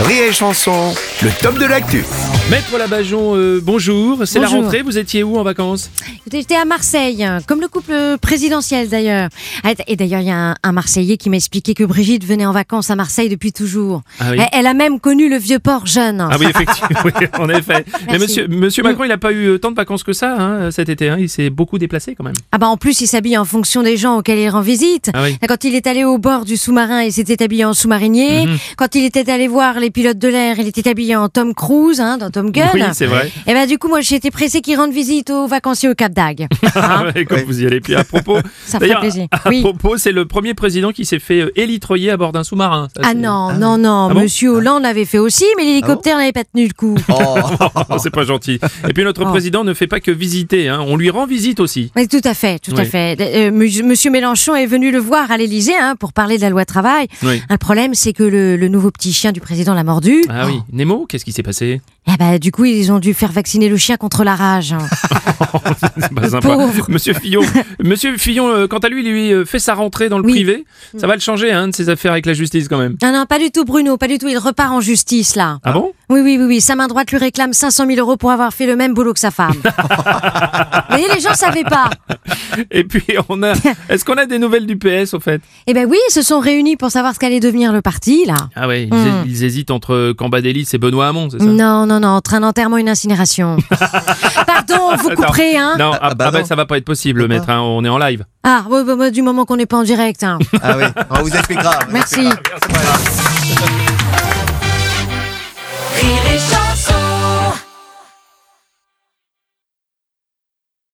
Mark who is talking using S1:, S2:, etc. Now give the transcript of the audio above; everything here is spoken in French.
S1: Rire et chanson, le top de l'actu.
S2: Maître Labajon, euh, bonjour. C'est la
S3: Bonjour.
S2: rentrée. Vous étiez où en vacances
S3: Écoutez, j'étais à Marseille, euh, comme le couple présidentiel d'ailleurs. Ah, Et d'ailleurs, il y a un, un Marseillais qui m'a expliqué que Brigitte venait en vacances à Marseille depuis toujours.
S2: Ah oui.
S3: elle, elle a même connu le vieux port jeune.
S2: Ah oui, effectivement. oui, en effet. Mais
S3: Merci. Mm.
S2: monsieur, monsieur Macron, il n'a pas eu euh, tant de vacances que ça hein, cet été. hein. Il s'est beaucoup déplacé quand même.
S3: Ah bah en plus, il s'habille en fonction des gens auxquels il rend visite.
S2: Ah oui.
S3: Quand il est allé au bord du sous-marin, il s'était habillé en sous-marinier.
S2: Mhm.
S3: Quand il était allé voir les pilotes de l'air, il était habillé en Tom Cruise, hein, dans Tom Gun.
S2: Oui, c'est vrai.
S3: Et bah du coup, moi, j'étais pressée qu'il rende visite aux vacanciers au Cap d'Agde.
S2: Ah,
S3: Hein
S2: Ouais, Comme vous y allez. Puis à propos,
S3: Ça ferait
S2: d'ailleurs,
S3: plaisir.
S2: à
S3: Oui.
S2: propos, c'est le premier président qui s'est fait euh, élitroyer à bord d'un sous-marin. Ça,
S3: Ah
S2: c'est-
S3: non, non, non,
S2: Ah bon
S3: Monsieur Hollande l'avait fait aussi, mais l'hélicoptère n'avait pas tenu le coup.
S2: Oh, c'est pas gentil. Et puis notre
S3: Oh.
S2: président ne fait pas que visiter. hein. On lui rend visite aussi.
S3: Oui, tout à fait, tout à
S2: Oui.
S3: fait. Euh, mu- Monsieur Mélenchon est venu le voir à l'Élysée hein, pour parler de la loi travail.
S2: Oui.
S3: Un problème, c'est que le, le nouveau petit chien du président l'a mordu.
S2: Ah oui. Nemo, qu'est-ce qui s'est passé
S3: Eh ben, du coup, ils ont dû faire vacciner le chien contre la rage.
S2: C'est pas
S3: Le
S2: sympa.
S3: pauvre.
S2: Monsieur Fillon, Monsieur Fillon, euh, quant à lui, lui euh, fait sa rentrée dans le
S3: Oui. Mm.
S2: privé. Ça va le changer, hein, de ses affaires avec la justice quand même.
S3: non, non, pas du tout, Bruno, pas du tout. Il repart en justice là.
S2: Ah bon
S3: Oui, oui, oui, oui. Sa main droite lui réclame 500 000 euros pour avoir fait le même boulot que sa femme. Vous voyez, les gens savaient pas.
S2: Et puis on a. Est-ce qu'on a des nouvelles du PS au fait
S3: Eh ben oui, ils se sont réunis pour savoir ce qu'allait devenir le parti là.
S2: Ah ouais, ils,
S3: Hmm.
S2: hé- ils hésitent entre Cambadélis et Benoît Hamon, c'est ça
S3: Non, non, non, entre un enterrement et une incinération. Pardon, vous
S2: Attends.
S3: couperez, hein
S2: Non, ah,
S1: Ah bah
S2: ah bah,
S1: non.
S2: ça va pas être possible, maître. hein, on est en live.
S3: Ah, ouais, bah, bah, du moment qu'on n'est pas en direct. hein.
S1: Ah oui, on vous expliquera.
S3: Merci.